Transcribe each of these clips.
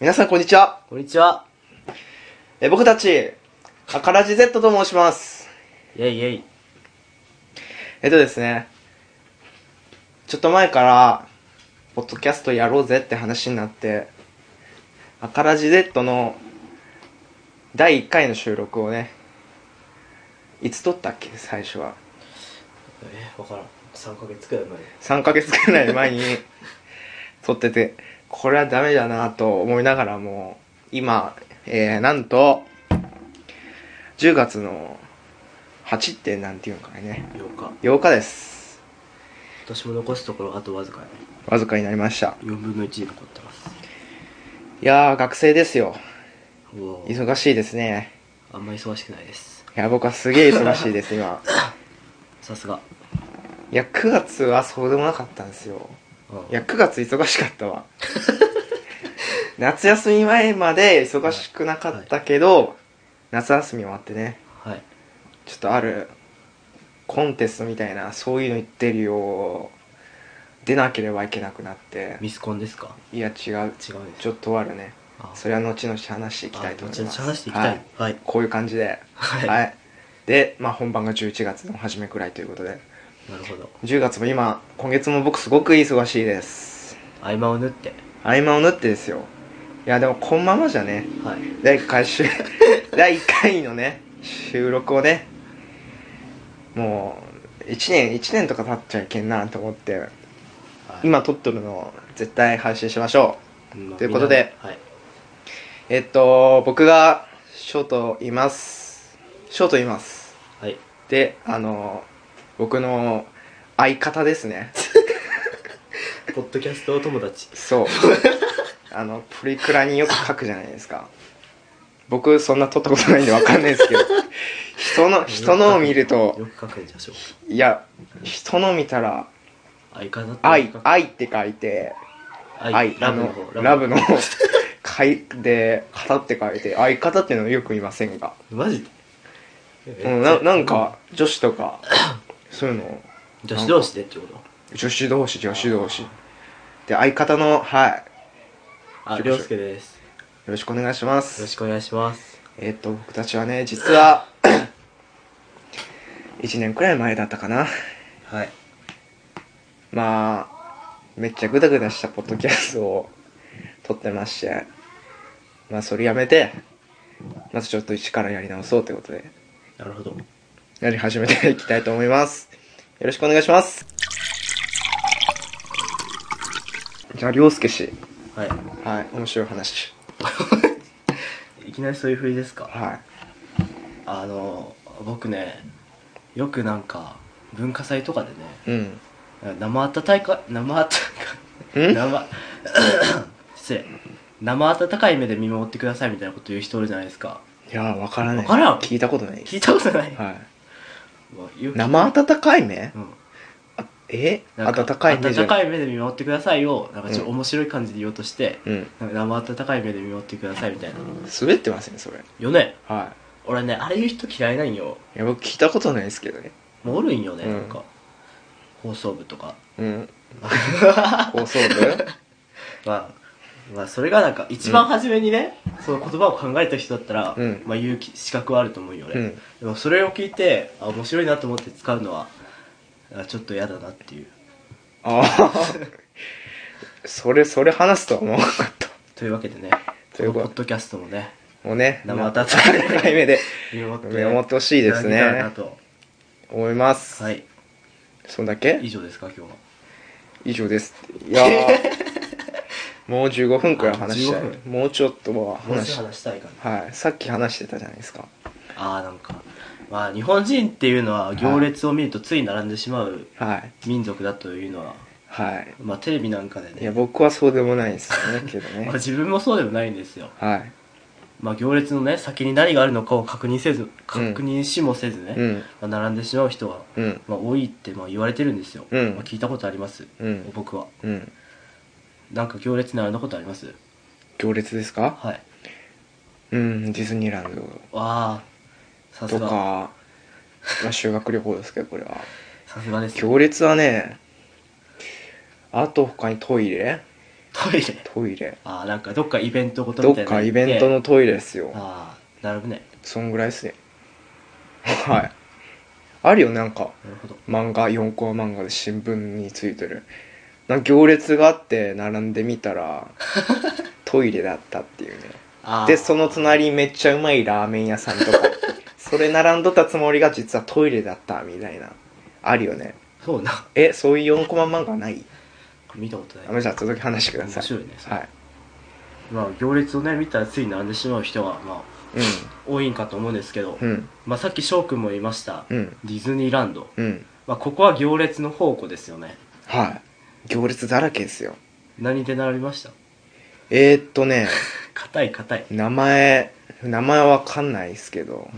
皆さんこんにちは。こんにちは。え僕たち、アカラジ Z と申します。イェイイェイ。えっとですね、ちょっと前から、ポッドキャストやろうぜって話になって、アカラジ Z の第1回の収録をね、いつ撮ったっけ最初は。え、わからん。3ヶ月くらい前。 3ヶ月くらい前に撮ってて、これはダメだなと思いながらも、今、えー、なんと、10月の8ってなんていうのかね、 8日。今8日です。年も残すところあとわずかやね。わずかになりました。 4分の1に残ってます。いやー、学生ですよ。うおー忙しいですね。あんま忙しくないです。いや、僕はすげえ忙しいです、今。さすが。いや、9月はそうでもなかったんですよ。うんいや、9月忙しかったわ。 夏休み前まで忙しくなかったけど、夏休み終わってね、はい。ちょっとあるコンテストみたいな、そういうの言ってるよ。出なければいけなくなって。ミスコンですかいや、違う。違うんですちょっとあるね。あそれは後々話していきたいと思いあま後す。々話していきたいははいこういう感じで。はいで、まあ本番が11月の初めくらいということで。なるほど。 10月も今、今月も僕すごく忙しいです。合間を縫って。合間を縫ってですよいやでもこのままじゃねはい。第1回収 第1回のね収録をねもう1年1年とか経っちゃいけんなと思ってはい、今撮っとるのを絶対配信しましょうんまあということでみんなはうい。えっと僕がショートいますショートいますはい。であの僕の相方ですねポッドキャストお友達。そう あのプリクラによく書くじゃないですか僕そんな撮ったことないんでわかんないですけど人の人のを見るとよく書くんじゃしょう。いや人の見たら相「方って愛」「書く愛」って書いて「愛」ラあブのの方。ラブのかいで「型」って書いて「相方」っていうのをよく見ませんが、マジでうん、ななんか女子とかそういうの女子同士でってこと女子同士女子同士で相方のはいよあ、自己紹介りょうすけです。ろしくお願いしますよろしくお願いします。えっ、と、僕たちはね、実は、1年くらい前だったかな。はい。まあ、めっちゃグダグダしたポッドキャストを撮ってまして、まあ、それやめて、まずちょっと一からやり直そうということで、なるほど。やり始めていきたいと思います。よろしくお願いします。じゃあ、りょうすけ氏。はい。はい、面白い話。いきなりそういうふりですかはい。あの僕ねよくなんか文化祭とかでうん。ね生温かいか生温かんい生 失礼生温かい目で見守ってくださいみたいなこと言う人おるじゃないですかいやー、わからない。わからん聞いたことない。聞いたことない、はい。もうよく生温かい目うんえなんか温かい目じゃ温んかい目で見守ってくださいをなんかちょっと面白い感じで言おうとして、うんなんか生温かい目で見守ってくださいみたいな滑ってますねそれよねは俺ねあれ言う人嫌いなんよいいや僕聞いたことないですけどねもうおるんよね、うんなんか放送部とかうん放送部まあ、まあそれがなんか一番初めにね、その言葉を考えた人だったら、うんまあ言うき資格はあると思うよ俺、うんでもそれを聞いてあ面白いなと思って使うのはあちょっと嫌だなっていうああそれそれ話すとは思わなかっというわけでねとこいうのこポとッドキャストもねたもうね生温温かかいい目で見守って 見守ってほしいですねいただけたらなと思いますはいそんだけ以上ですか今日は以上ですいやーもう15分くらい話したいあ15もうちょっとはもう話すしぐ話したいかなはいさっき話してたじゃないですかああなんかまあ日本人っていうのは行列を見るとつい並んでしまうはい民族だというのははいまあテレビなんかでねいや僕はそうでもないですよねけ どねまあ、自分もそうでもないんですよはいまあ、行列のね先に何があるのかを確認せずうん確認しもせずね、うんまあ、並んでしまう人が、うんまあ、多いってまあ言われてるんですよ、うんまあ、聞いたことあります、うん僕はうんなんか行列並んだことあります行列ですかはいうんディズニーランドわあさすとがか、まあ、修学旅行ですけどこれはさすがですね行列はねあと他にトイレトイレトイレああなんかどっかイベントごとどみったいなかのイ行てベントのトイレですよああなるほどねそんぐらいっすねはいあるよなんかなるほど漫画4コマ漫画で新聞についてるなんか行列があって並んでみた らトイレだったっていうねああでその隣にめっちゃうまいラーメン屋さん とかそれ並んどったつもりが実はトイレだったみたいなあるよねそうなえそういう4コマ漫画ないこれ見たことないあじゃあ続き話してくださ面い白いねそれはいまあ行列をね見たらつい並んでしまう人がまあ多いんかと思うんですけど、うんうんまあさっき翔くんも言いました、うんディズニーランド、うんまあ、ここは行列の宝庫ですよねはい行列だらけですよ何で並びました えー、っとね硬い硬い、名前名前わかんないですけど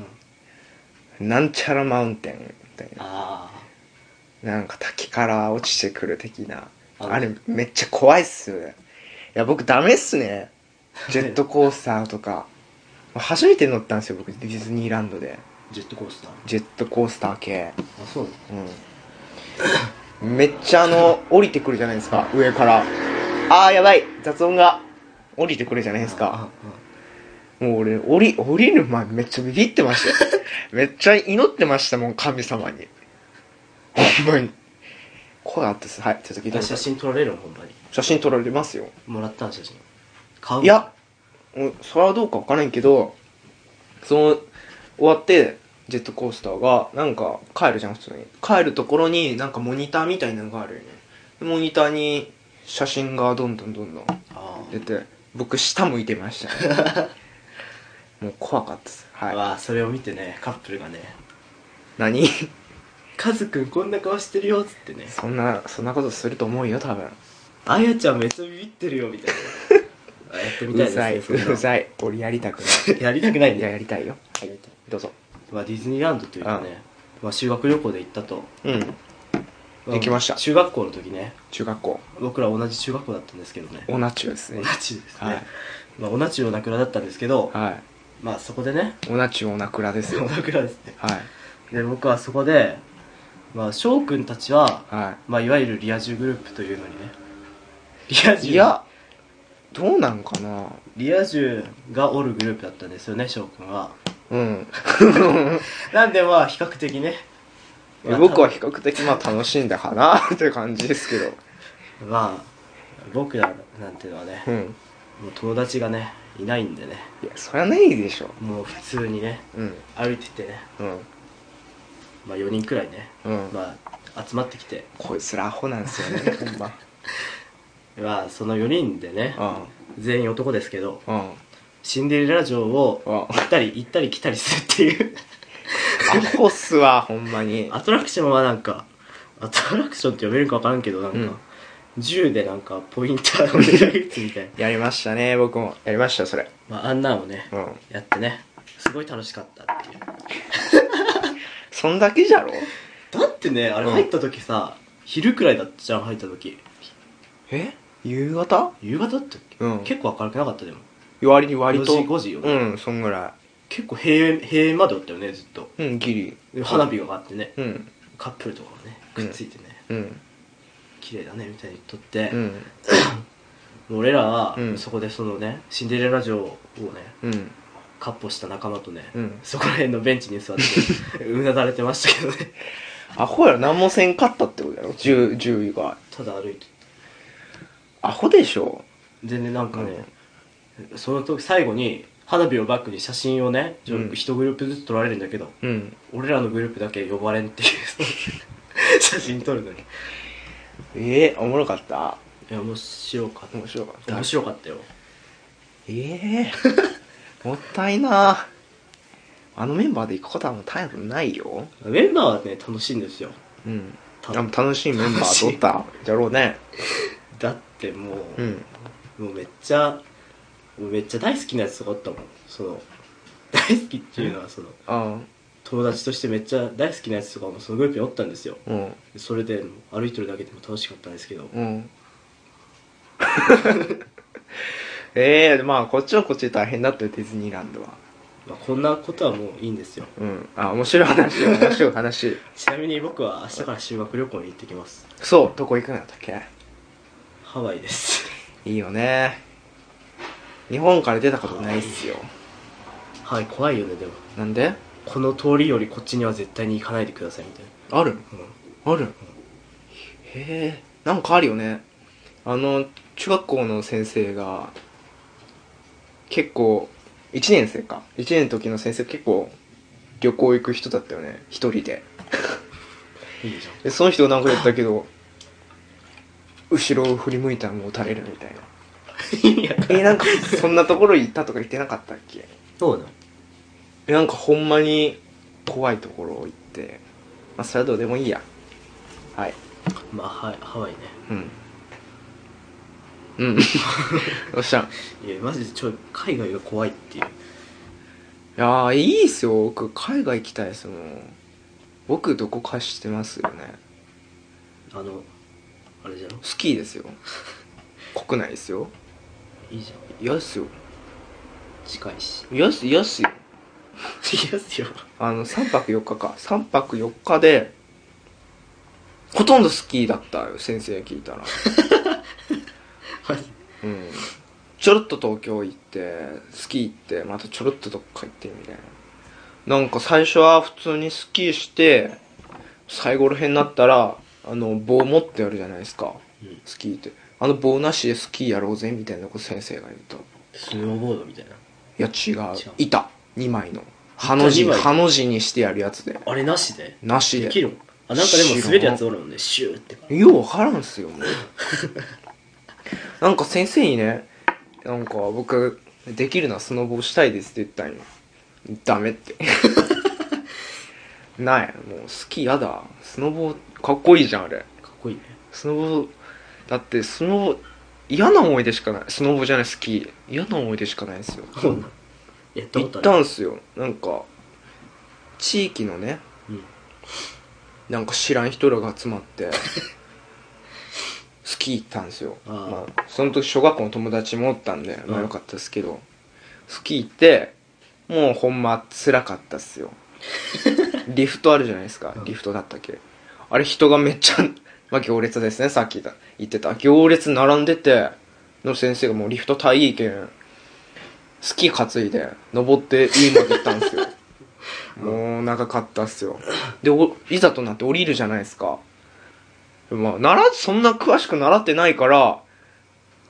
うん、なんちゃらマウンテンみたいなあなんか滝から落ちてくる的なああれめっちゃ怖いっすよねいや僕ダメっす ねあジェットコースターとか初めて乗ったんですよ僕ディズニーランドでジェットコースタージェットコースター系あそうなの うんめっちゃあの降りてくるじゃないですか上からあーやばい雑音が降りてくるじゃないですかもう俺降り降りる前めっちゃビビってました よめっちゃ祈ってましたもん神様にほんまに怖かったですはい続きどうあぞ写真撮られるのほんまに写真撮られますよもらったん写真買ういやうんそれはどうかわからんけどその終わってジェットコースターがなんか帰るじゃん普通に帰るところになんかモニターみたいなのがあるよねでモニターに写真がどんどんどんどんあ出て僕下向いてました ねもう怖かったですあ、はいわあそれを見てねカップルがね何「カズくんこんな顔してるよ」っつってねそんなそんなことすると思うよ多分「あやちゃんめっちゃビビってるよ」みたいなあやってみうたいざいですね うそんざい俺やりた くななやりたくないいいねややりたいよはいどうぞまあ、ディズニーランドというかね、まあ、修学旅行で行ったとうん行きました中学校の時ね中学校僕ら同じ中学校だったんですけどねオナチュです同ねじですね、はいまあ、同じような蔵だったんですけどはいまあそこでね オナチュオナクラです同よじ蔵ですねはいで僕はそこでまあ翔くんたちは、はまあ、いわゆるリア充グループというのにねリアい充いやどうなんかなリア充がおるグループだったんですよね翔くんはうんなんでまあ比較的ねまあ僕は比較的まあ楽しんだかなって感じですけどまあ僕らなんていうのはねうんもう友達がねいないんでねいやそりゃないでしょもう普通にねうん歩いててね、うんまあ、4人くらいね、うんまあ、集まってきて、こいつらアホなんですよねほん ままあ、その4人でね全員男ですけどうんうんシンデレラ城をあ行ったり行ったり来たりするっていうアホっすわほんまにアトラクションはなんかアトラクションって呼べるか分からんけどなんか、うん、銃でなんかポインターを狙い撃つみたいなやりましたね僕もやりましたそれまあ、あんなのをね、うんやってねすごい楽しかったっていうそんだけじゃろだってねあれうん入った時さ、昼くらいだったじゃん入った時え夕方夕方だったっけ、うん結構明るくなかったでも割に割と4時5時よねうんそんぐら結構閉園閉園までだったよねずっというんギリで花火があってねうんカップルとかがねうくんっついてね、うん綺麗だねみたいに言っとって、うん もう俺らは、うんそこでそのねシンデレラ城をねうんカッポした仲間とね、うんそこら辺のベンチに座っ てうなだれてましたけどねアホやろ何もせんかったってことやろ10 10以外ただ歩いてアホでしょでねなんかね、その時最後に花火をバックに写真をね、一うん1グループずつ撮られるんだけどうん俺らのグループだけ呼ばれんっていう 写真撮るのにいええおもろかったや面白かった面白かった面白かったよええ もったいなあのメンバーで行くことはもう多分ないよメンバーはね楽しいんですようんたでも楽しいメンバ楽ーしい取ったじゃろうねだってもうう、んもうめっちゃもうめっちゃ大好きなやつとかあったもんその 大好きっていうのはそのあ友達としてめっちゃ大好きなやつとかもそのグループにおったんですよあうんそれで歩いてるだけでも楽しかったんですけどうん ええまあこっちはこっちで大変だったよディズニーランドはまあ、こんなことはもういいんですようんあ面白い 話面白い話ちなみに僕は明日から修学旅行に行ってきますそうどこ行くんだったっけハワイです いいよね日本から出たことないっすよはい怖いよねでもなんでこの通りよりこっちには絶対に行かないでくださいみたいあるな、あるへえなんかあるよねあの中学校の先生が結構1年生か1年の時の先生結構旅行行く人だったよね一人でいいじゃんでその人なんか言ったけど後ろを振り向いたらもう垂れるみたいな意味わかん ないえなんかそんなところ行ったとか言ってなかったっけそうなのえなんかほんまに怖いところを行ってまあそれはどうでもいいやはいまあハワイハワイねうん。うん。 どうしたいいやマジでちょ海外が怖いっていうやー、いいっすよ。僕、海外行きたいですもん。僕、どこかしてますよね。あのあれじゃんスキーですよ。国内ですよ。いいじゃん嫌っすよ。近いし嫌っす、嫌っすよ。いやっすよ あの、3泊4日か。3泊4日で、ほとんどスキーだったよ、先生に聞いたら。マジうん。ちょろっと東京行って、スキー行って、またちょろっとどっか行ってみたいな。なんか最初は普通にスキーして、最後ら辺になったら、あの、棒持ってやるじゃないですか。うんスキーって。あの棒なしでスキーやろうぜ、みたいなこと先生が言った。スノーボードみたいないや、違う違う。板。2枚の。ハの字、二枚ハの字にしてやるやつで。あれなしでなしでで。きるのあなんかでも滑るやつおるもんねシューってようわからんすよもう なんか先生にねなんか僕できるなスノボしたいですって言ったんよダメって ないもうスキーやだスノボかっこいいじゃんあれかっこいいねスノボだってスノボ嫌な思い出しかないスノボじゃないスキー嫌な思い出しかないん ですよそうなのやった行こっとあたるんすよなんか地域のねうんなんか知らん人らが集まって スキー行ったんですよあーまあ、その時小学校の友達もおったんで、うんまあよかったですけどスキー行ってもうほんま辛かったっす よリフトあるじゃないですかうんリフトだったっけあれ人がめっちゃまあ行列ですねさっきだ言ってた行列並んでての先生がもうリフト体位権スキー担いで登って家まで行ったんです よもう長かったっすよでおいざとなって降りるじゃないですかまあ習っそんな詳しく習ってないから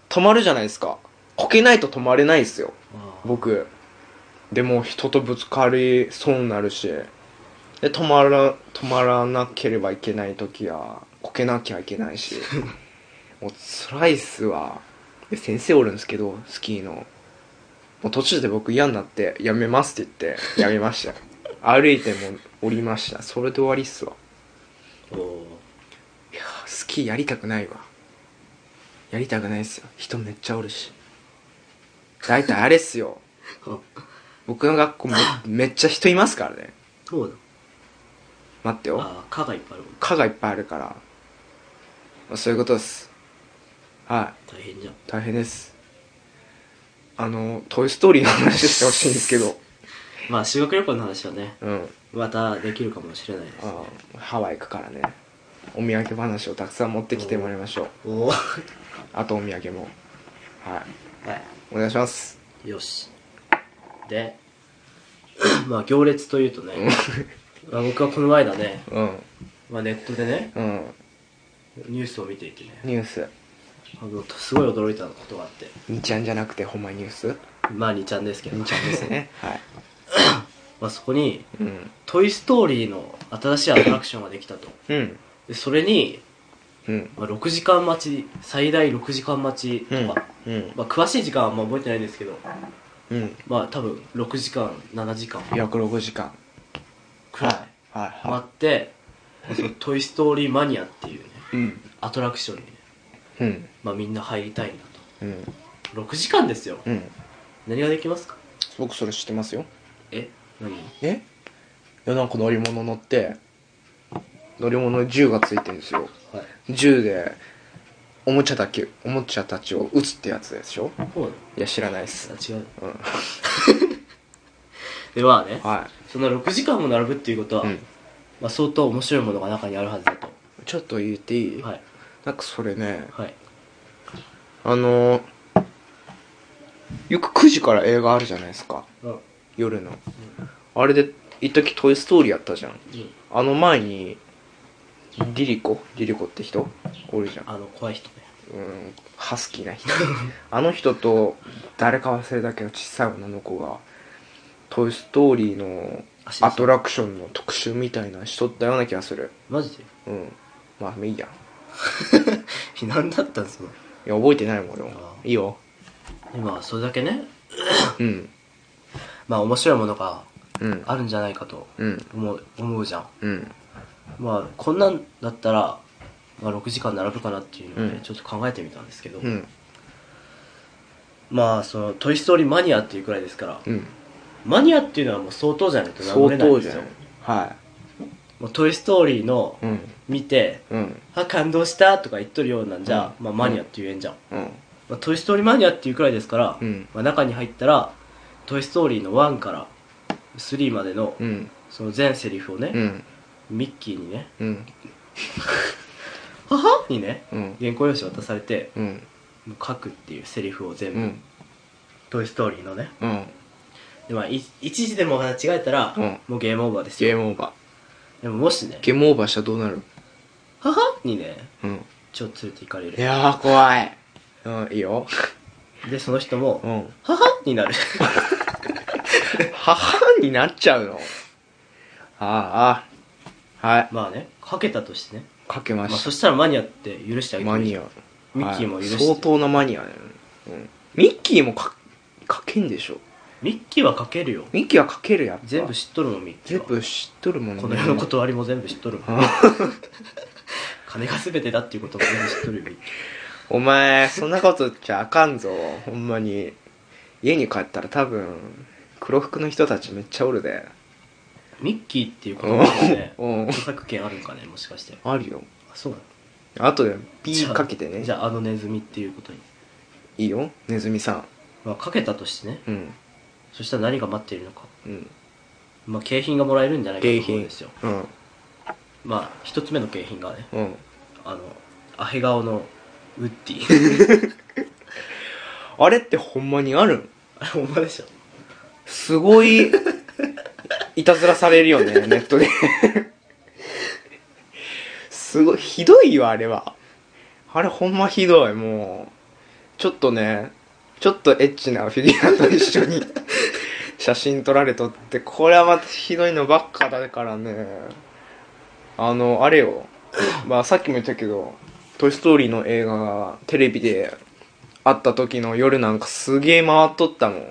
止まるじゃないですかこけないと止まれないですよあー僕でもう人とぶつかりそうになるしで止まら止まらなければいけない時はこけなきゃいけないしもう辛いっすわで先生おるんですけどスキーのもう途中で僕嫌になってやめますって言ってやめました歩いても降りましたそれで終わりっすわおーいやースキーやりたくないわやりたくないっすよ人めっちゃおるし大体あれっすよあ僕の学校めめっちゃ人いますからねそうだ待ってよああ蚊がいっぱいあるもん課がいっぱいあるから、まあ、そういうことですはい大変じゃん大変ですあの「トイ・ストーリー」の話してほしいんですけどまあ修学旅行の話はね うんまたできるかもしれないですあーハワイ行くからねお土産話をたくさん持ってきてもらいましょうおおはあとお土産もはいお願いしますいよしで まあ行列とい うとねまあ僕はこの間ね、うんまあ、ネットでねうんニュースを見ていてねニュースあのすごい驚いたことがあってにちゃんじゃなくてほんまニュースまあ2ちゃんですけどにちゃんですね はい まあそこにうん「トイ・ストーリー」の新しいアトラクションができたとうんでそれに、うんまあ、6時間待ち最大6時間待ちとうんか、うんまあ、詳しい時間はあんま覚えてないんですけどうんまあ多分6時間7時間約6時間くらいはい待はって「そのトイ・ストーリー・マニア」っていうねいうんアトラクションにね、うんまあ、みんな入りたいんだうんと6時間ですようん何ができますか僕それ知ってますよえ何えいやなんか乗り物乗って乗り物に銃がついてるんですよはい銃でおもちゃだけおもちゃたちを撃つってやつでしょそうなのいや知らないっすあ違ううん でまあねはその6時間も並ぶっていうことは、い、うん、まあ、相当面白いものが中にあるはずだとちょっと言っていい、はいなんかそれねはいあのーよく9時から映画あるじゃないですかうんうん夜のあれで一時トイ・ストーリーやったじゃんあの前にリリコリリコって人おるじゃんあの怖い人ねうんハスキーな 人あの人と誰か忘れたけど小さい女の子が「トイ・ストーリー」のあ知らアんトラクションの特集みたいなしとったような気がするマジで うんまあいいや何だったんそのいや覚えてないもん俺あもーいいよ今それだけねうんまあ面白いものがうんあるんじゃないかとうん思う思うじゃんうんまあこんなんだったら、まあ、6時間並ぶかなっていうので、うんちょっと考えてみたんですけど、うんまあその「トイ・ストーリーマニア」っていうくらいですから、うんマニアっていうのはもう相当じゃないと名乗相れないん当でじすゃよんはもう「トイ・ストーリー」のいうん見てうん「あ感動した」とか言っとるようなんじゃ、まあ、マニアって言えんじゃん、うんまあ、トイ・ストーリーマニアっていうくらいですから、うんまあ、中に入ったら「トイ・ストーリー」の1から3までのうんその全セリフをね、うんミッキーにねうん「ははにねうん原稿用紙渡されてうんもう書くっていうセリフを全う部、んトイ・ストーリーのねうんで、まあ、い一時でも間違えたら、うんもうゲームオーバーですゲーよムオーバでももしねーゲームオーバーしたらどうなる「ははにねうんちょっと連れて行かれいるやー怖いうんいいよでその人もうん「ははになる 母になっちゃうのああはいまあねかけたとしてね、かけままあ、そししたらマニアって許してあたげてマもいいニじゃアんミッキーもは許いして、相当なマニアだよねうんミッキーもかかけんでしょミッキーはかけるよミッキーはかけるやっぱ全部知っとるもんミッキ全ーは部知っとるもんねこの世の断りも全部知っとるもん金が全てだっていうことも全部知っとるよミッキーお前そんなこと言っちゃあかんぞほんまに家に帰ったら多分黒服の人たちめっちゃおるでミッキーっていうこうとんもねうん著作権あるんかねもしかしてあるよあそうなのあとでピじゃーあかけてねじゃああのネズミっていうことに、いいよネズミさんまあ、かけたとしてねうんそしたら何が待っているのかうんまあ景品がもらえるんじゃないかと景思うん品ですようんまあ一つ目の景品がねうんあのアヘ顔のウッデ ィあれってほんまにあるんあれほんまでしょすごいいたずらされるよねネットですごいひどいよあれはあれほんまひどいもうちょっとねちょっとエッチなフィギュアと一緒に写真撮られとってこれはまたひどいのばっかだからねあのあれよまあさっきも言ったけど「トイ・ストーリー」の映画がテレビであった時の夜なんかすげえ回っとったもん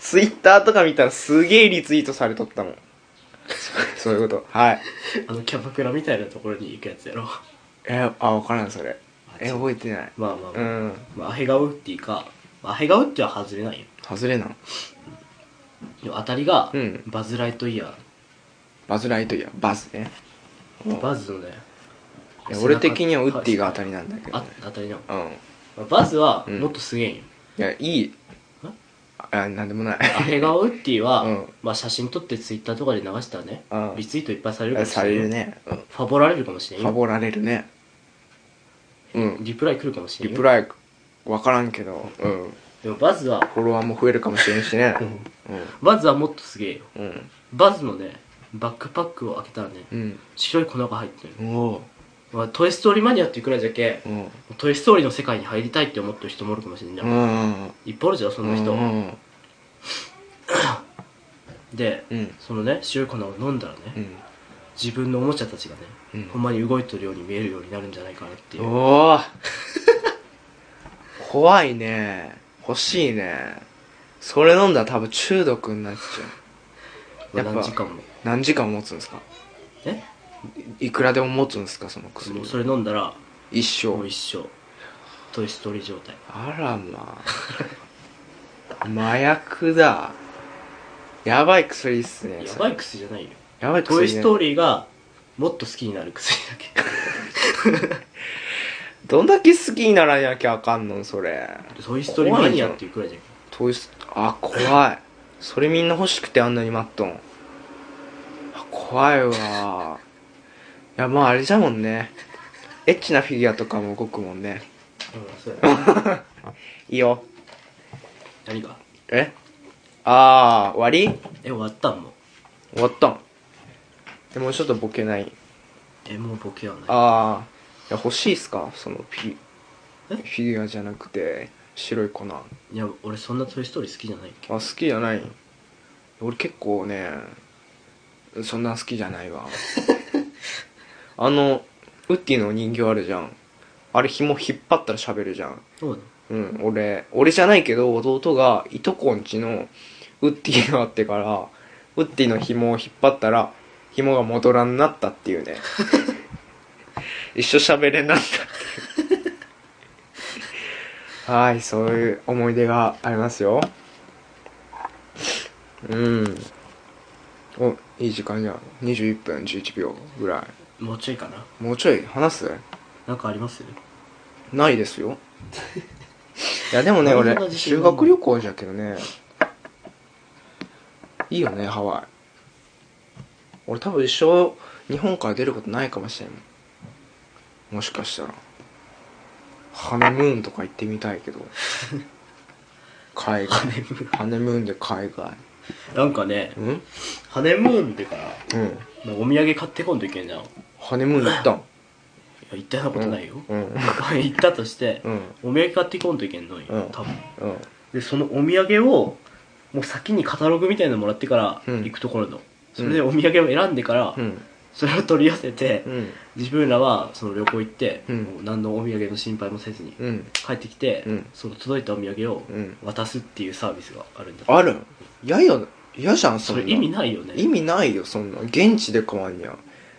ツイッターとか見たらすげえリツイートされとった もんそういうことはいあのキャバクラみたいなところに行くやつやろえあ分からんそれえ覚えてないまあまあ、うまあんまあ、アヘ顔ウッディか、まあ、アヘ顔ウッディは外れないよ外れなんでも当たりが、うんバズ・ライトイヤバズライトイヤーバズねーバズのねいや俺的にはウッディが当当たりなんだけどあね当たりなの、うんまあバズはうんもっとすげえんよ、いやいいんあなんでもないアヘ顔ウッディは、うんまあ、写真撮ってツイッターとかで流したらね、うんリツイートいっぱいされるかもし されれないるねうんファボられるかもしれんファよボられるねうんリプライ来るかもしれリんよプライ分からんけどうんでもバズはフォロワーも増えるかもしれんしねうバズはもっとすげえんようんバズのねバックパックを開けたらねうん白い粉が入ってる、うんおまあ、トイ・ストーリーマニアっていうくらいじゃけううんトイ・ストーリーの世界に入りたいって思ってる人もおるかもしれんじゃん、うんいっぱいおるじゃんそそんな人、うんで、うんそのね白い粉を飲んだらね、うん自分のおもちゃたちがね、うんほんまに動いてるように見えるようになるんじゃないかなっていうおお 怖いね欲しいねそれ飲んだら多分中毒になっちゃうやっ何ぱ時間も何時間持つんですかえいくらでも持つんですかその薬もうそれ飲んだら一もう生一生トイ・ストーリー状態あらまあ 麻薬だやばい薬っすねやそればい薬じゃないよやばい薬、トね、イ・ストーリーがもっと好きになる薬だけどんだけ好きにならなきゃあかんのそれトイ・ストーリーマニアっていうくらいじゃんトイスあ怖いそれみんな欲しくてあんなに待っとんあ怖いわいやまああれじゃもんねエッチなフィギュアとかも動くもんねうんそうやないいよ。何がえあー、終わりえ終わったんもう終わったん。でもちょっとボケない。えもうボケはないあー、いや欲しいっすかそのピ、フえィギュアじゃなくて、白い粉。あ、いや俺そんな「トイ・ストーリー」好きじゃないっけ好きじゃない俺結構ね、そんな好きじゃないわ。あの、ウッディの人形あるじゃん。あれ紐引っ張ったら喋るじゃん。そうなのうん、俺、俺じゃないけど、弟が、いとこんちの、ウッディがあってから、ウッディの紐を引っ張ったら、紐が戻らんなったっていうね。一緒喋れんなったっていう。はい、そういう思い出がありますよ。うん。お、いい時間じゃん。21分11秒ぐら。もうちょいかないもうちょい話すなんかありますないです よいやでもね何も俺自信修がない学旅行じゃけどねいいよねハワイ俺多分一生日本から出ることないかもしれんもんもしかしたらハネムーンとか行ってみたいけど 海外ハネムーンハネムーンで海外なんかねうんハネムーンでからうんまあお土産買ってこんといけんじゃんいハネムーン行 ったんや行ったようなことないよ、うん行ったとして、うんお土産買ってこんといけんのよ、うん多分うんでそのお土産をもう先にカタログみたいなのもらってからうん行くところの、それでお土産を選んでから、うんそれを取り寄せて、うん自分らはその旅行行って、うんもう何のお土産の心配もせずに うん帰ってきて、うんその届いたお土産をうん渡すっていうサービスがあるんだあるん嫌よ嫌じゃんそそんなれ意味ないよね意味ないよそんなん現地で買わんにゃ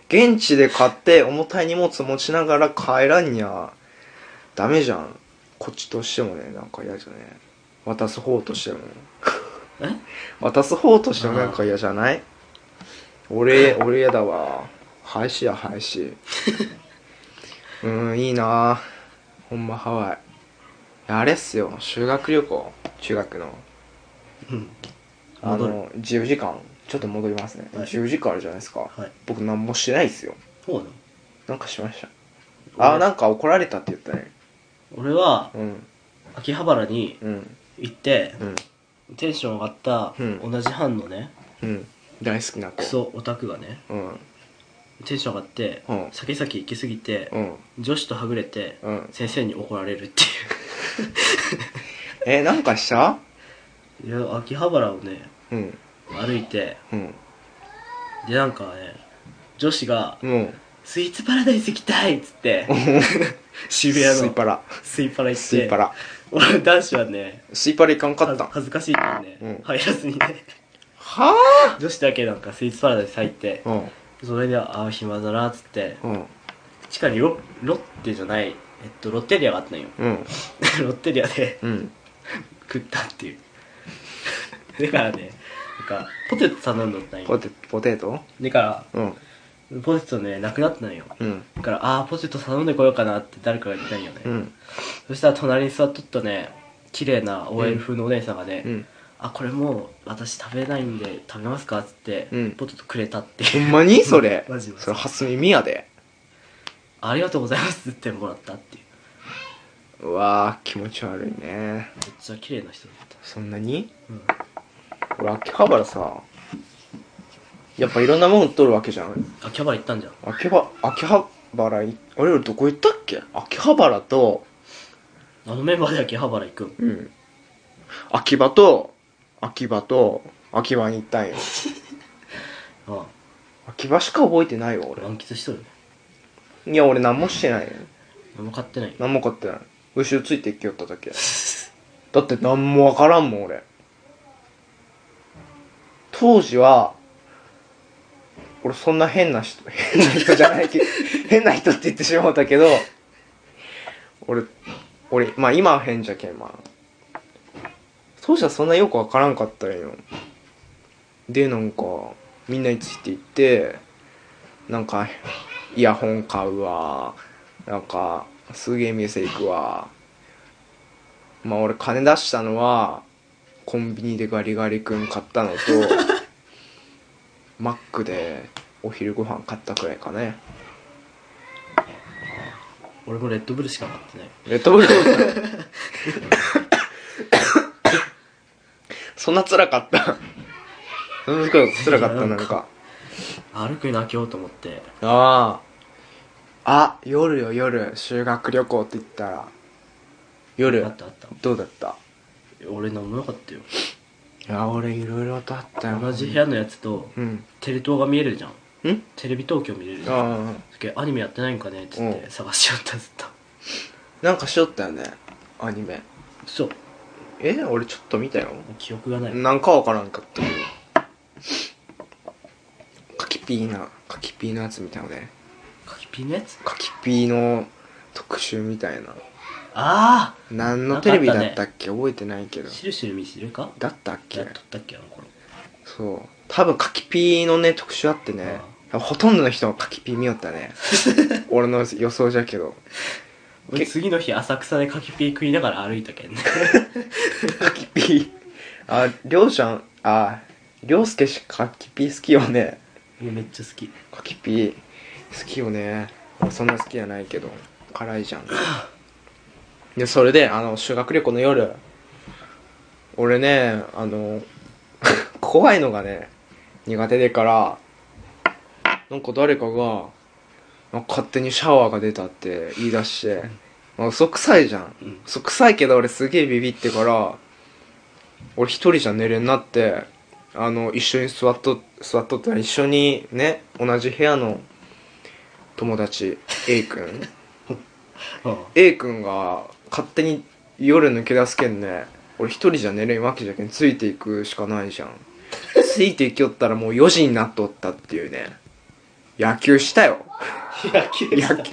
現地で買って重たい荷物持ちながら帰らんにゃダメじゃんこっちとしてもねなんか嫌じゃね渡す方としてもえ渡す方としてもなんか嫌じゃない俺俺嫌だわ廃止や廃止 うーんいいなあほんまハワイいやあれっすよ修学旅行中学のうんあ戻るの10時間ちょっと戻りますね、はい10時間あるじゃないですかはい僕何もしてないですよそうなのなんかしましたあ俺なんか怒られたって言ったね俺はうん秋葉原にうん行って、うんテンション上がったうん同じ班のね、うん大好きな子クソオタクがねうんテンション上がって、うん先々行きすぎて、うん女子とはぐれて、うん先生に怒られるってえなんかしたいう いや秋葉原をねうん歩いてうんでなんかね女子がもう「スイーツパラダイス行きたい!」っつって渋谷スイのパラスイパラ行ってスイパラ俺男子はねスイパラいかんかったんは恥ずかしいからね、うん入ら ずにねは女子だけなんかスイーツパラダイス入ってあそれで「ああ暇だな」っつってうんうん地下にロロッテじゃないえっとロッテリアがあったんよ うんロッテリアでうん食ったっていう だからねなんかポテト頼んどったんポよテポテトだかうんらポテトねなくなったんようんだからああポテト頼んでこようかなって誰かが言ったんよね、うんそしたら隣に座っとったね綺麗な OL 風のお姉さんがね、うんあこれもう私食べれないんで食べますかっつって、うんポテトくれたってほいうんまに それマジマジそれ初耳やでありがとうございますっつってもらったっていううわー気持ち悪いねめっちゃ綺麗な人だった、そんなにうん、俺秋葉原さやっぱいろんなもん取るわけじゃんあキャバ行ったんじゃん秋葉秋葉原い俺らどこ行ったっけ秋葉原とあのメンバーで秋葉原行くんうん秋葉と秋葉と秋葉に行ったんよあ秋葉しか覚えてないわあ俺満喫しとるねいや俺何もしてないよ何も買ってない何も買ってない後ろついてきよっただけ だって何もわからんもん俺当時は俺そんな変な人 変な人じゃ ないけど変な人って言ってしまったけど俺俺まあ今は変じゃけんまあ当時はそんなよくわからんかったんよでなんかみんなについていってなんかイヤホン買うわなんかすげえ店行くわまあ俺金出したのはコンビニでガリガリ君買ったのとマックでお昼ご飯買ったくらいかね俺もレッドブルしか買ってないレッドブルそんな辛かったそんな辛かったなんか歩くな今日と思ってあああ夜よ夜修学旅行って言ったら夜あったあったどうだった俺何もなかったよいや俺いろいろとあったよ同じ部屋のやつとうんテレ東が見えるじゃんんテレビ東京見れるじゃんああすげえアニメやってないんかねって言っうてん探しよったずっとなんかしよったよねアニメそうえ俺ちょっと見たよ記憶がないなんかわからんかったけどカキピーなカキピーのやつみたいなねカキピーのやつカキピーの特集みたいなあ何のテレビだったっけ覚えてないけあどシルシル見知るかだったっやけっとったっけあの頃そう多分カキピーのね特集あってねほとんどの人がカキピー見よった ね俺の予想じゃけど俺次の日浅草でカキピー食いながら歩い たけんねカキピーありょうちゃんありょうすけしカキピー好きよねいやめっちゃ好きカキピー好きよね俺そんな好きじゃないけど辛いじゃんでそれであの修学旅行の夜俺ねあの 怖いのがね苦手でからなんか誰かがなんか勝手にシャワーが出たって言い出して、まあ、嘘くさいじゃんうん嘘くさいけど俺すげえビビってから俺一人じゃ寝れんなってあの一緒に座っと座っとったら一緒にね同じ部屋の友達 A 君うん A 君が勝手に夜抜け出すけんね俺一人じゃ寝れんわけじゃけんついていくしかないじゃんついていきよったらもう4時になっとったっていうね野球したよ野球野球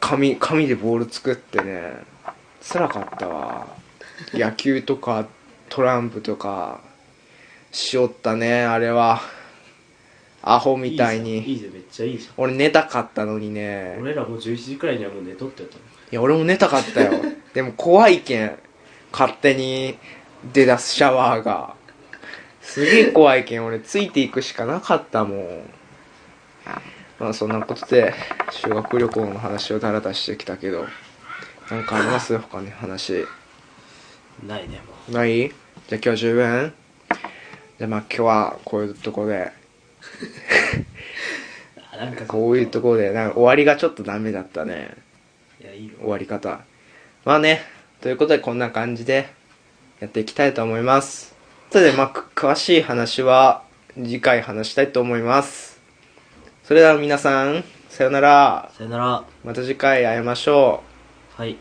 紙紙でボール作ってね辛かったわ野球とかトランプとかしよったねあれはアホみたいにいいじゃんいいじゃんめっちゃいいじゃ俺寝たかったのにねん俺らもう11時くらいにはもう寝とってたいや俺も寝たかったよでも怖いけん勝手に出だすシャワーがすげえ怖いけん俺ついていくしかなかったもんまあそんなことで修学旅行の話をダラダラしてきたけどなんかあります他に話ないねもうないじゃあ今日は十分じゃあまあ今日はこういうとこであなんかこういうとこでなんか終わりがちょっとダメだったねいやいいよ終わり方まあねということでこんな感じでやっていきたいと思いますそれでまあく詳しい話は次回話したいと思いますそれでは皆さんさよならさよならまた次回会いましょはい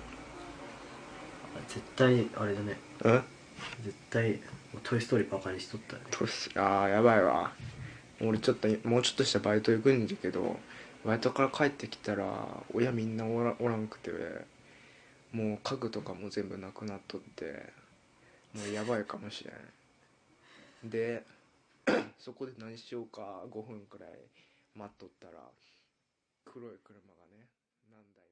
絶対あれだねううん絶対「トイ・ストーリー」バカにしとったよねどうしあーやばいわ俺ちょっともうちょっとしたらバイト行くんじゃけどバイトから帰ってきたら親みんなおらおらんくてもう家具とかも全部なくなっとってもうやばいかもしれんで そこで何しようか5分くらい待っとったら黒い車がね何台